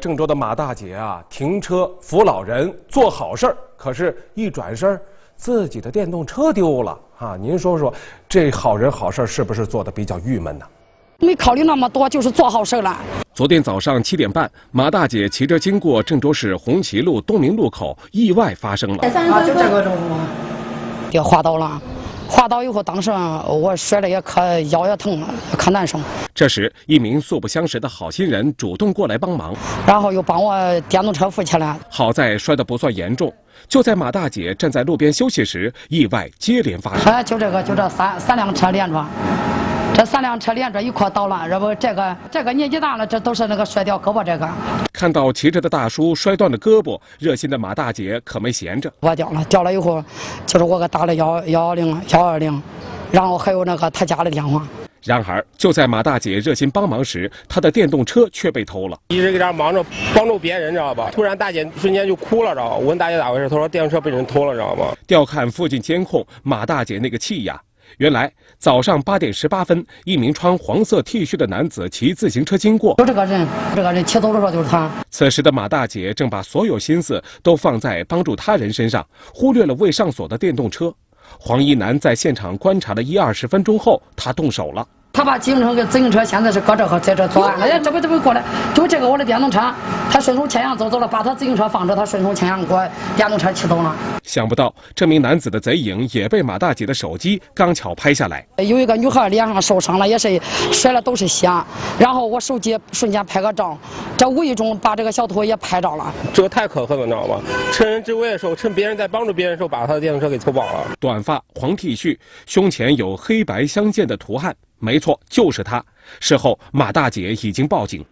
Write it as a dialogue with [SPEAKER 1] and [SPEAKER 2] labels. [SPEAKER 1] 郑州的马大姐啊，停车扶老人，做好事儿，可是，一转身儿自己的电动车丢了啊！您说说，这好人好事儿是不是做的比较郁闷呢？
[SPEAKER 2] 没考虑那么多，就是做好事了。
[SPEAKER 1] 昨天早上七点半，马大姐骑车经过郑州市红旗路东明路口，意外发生了。
[SPEAKER 3] 啊，就这个中午啊，
[SPEAKER 2] 给划到了，划到以后，当时我摔的也可腰也疼了，也可难受。
[SPEAKER 1] 这时，一名素不相识的好心人主动过来帮忙，
[SPEAKER 2] 然后又帮我电动车扶起来，
[SPEAKER 1] 好在摔得不算严重。就在马大姐站在路边休息时，意外接连发生。
[SPEAKER 2] 哎，就这个，就这三三辆车连着，这三辆车连着一块倒了。这不，这个这个年纪大了，这都是那个摔掉胳膊这个
[SPEAKER 1] 看到骑车的大叔摔断了胳膊，热心的马大姐可没闲着。
[SPEAKER 2] 我掉了，掉了以后，就是我给打了幺幺幺零幺二零，然后还有那个他家的电话。
[SPEAKER 1] 然而，就在马大姐热心帮忙时，她的电动车却被偷了。
[SPEAKER 4] 一直给这儿忙着帮助别人，知道吧？突然大姐瞬间就哭了，知道吧？我问大姐咋回事，她说电动车被人偷了，知道吗？
[SPEAKER 1] 调看附近监控，马大姐那个气呀！原来早上八点十八分，一名穿黄色 T 恤的男子骑自行车经过，
[SPEAKER 2] 就这个人，这个人骑走的时候就是他。
[SPEAKER 1] 此时的马大姐正把所有心思都放在帮助他人身上，忽略了未上锁的电动车。黄衣男在现场观察了一二十分钟后，他动手了。
[SPEAKER 2] 他把自行车跟自行车现在是搁这和在这左岸了，哎，这不这不过来，就这个我的电动车，他顺手牵羊走走了，把他自行车放着，他顺手牵羊给我电动车骑走了。
[SPEAKER 1] 想不到，这名男子的贼影也被马大姐的手机刚巧拍下来。
[SPEAKER 2] 有一个女孩脸上受伤了，也是摔了都是血，然后我手机瞬间拍个照，这无意中把这个小偷也拍着了。
[SPEAKER 4] 这个太可恨了，你知道吗？趁人之危的时候，趁别人在帮助别人的时候，把她的电动车给偷跑了。
[SPEAKER 1] 短发、黄 T 恤，胸前有黑白相间的图案，没错，就是他。事后，马大姐已经报警。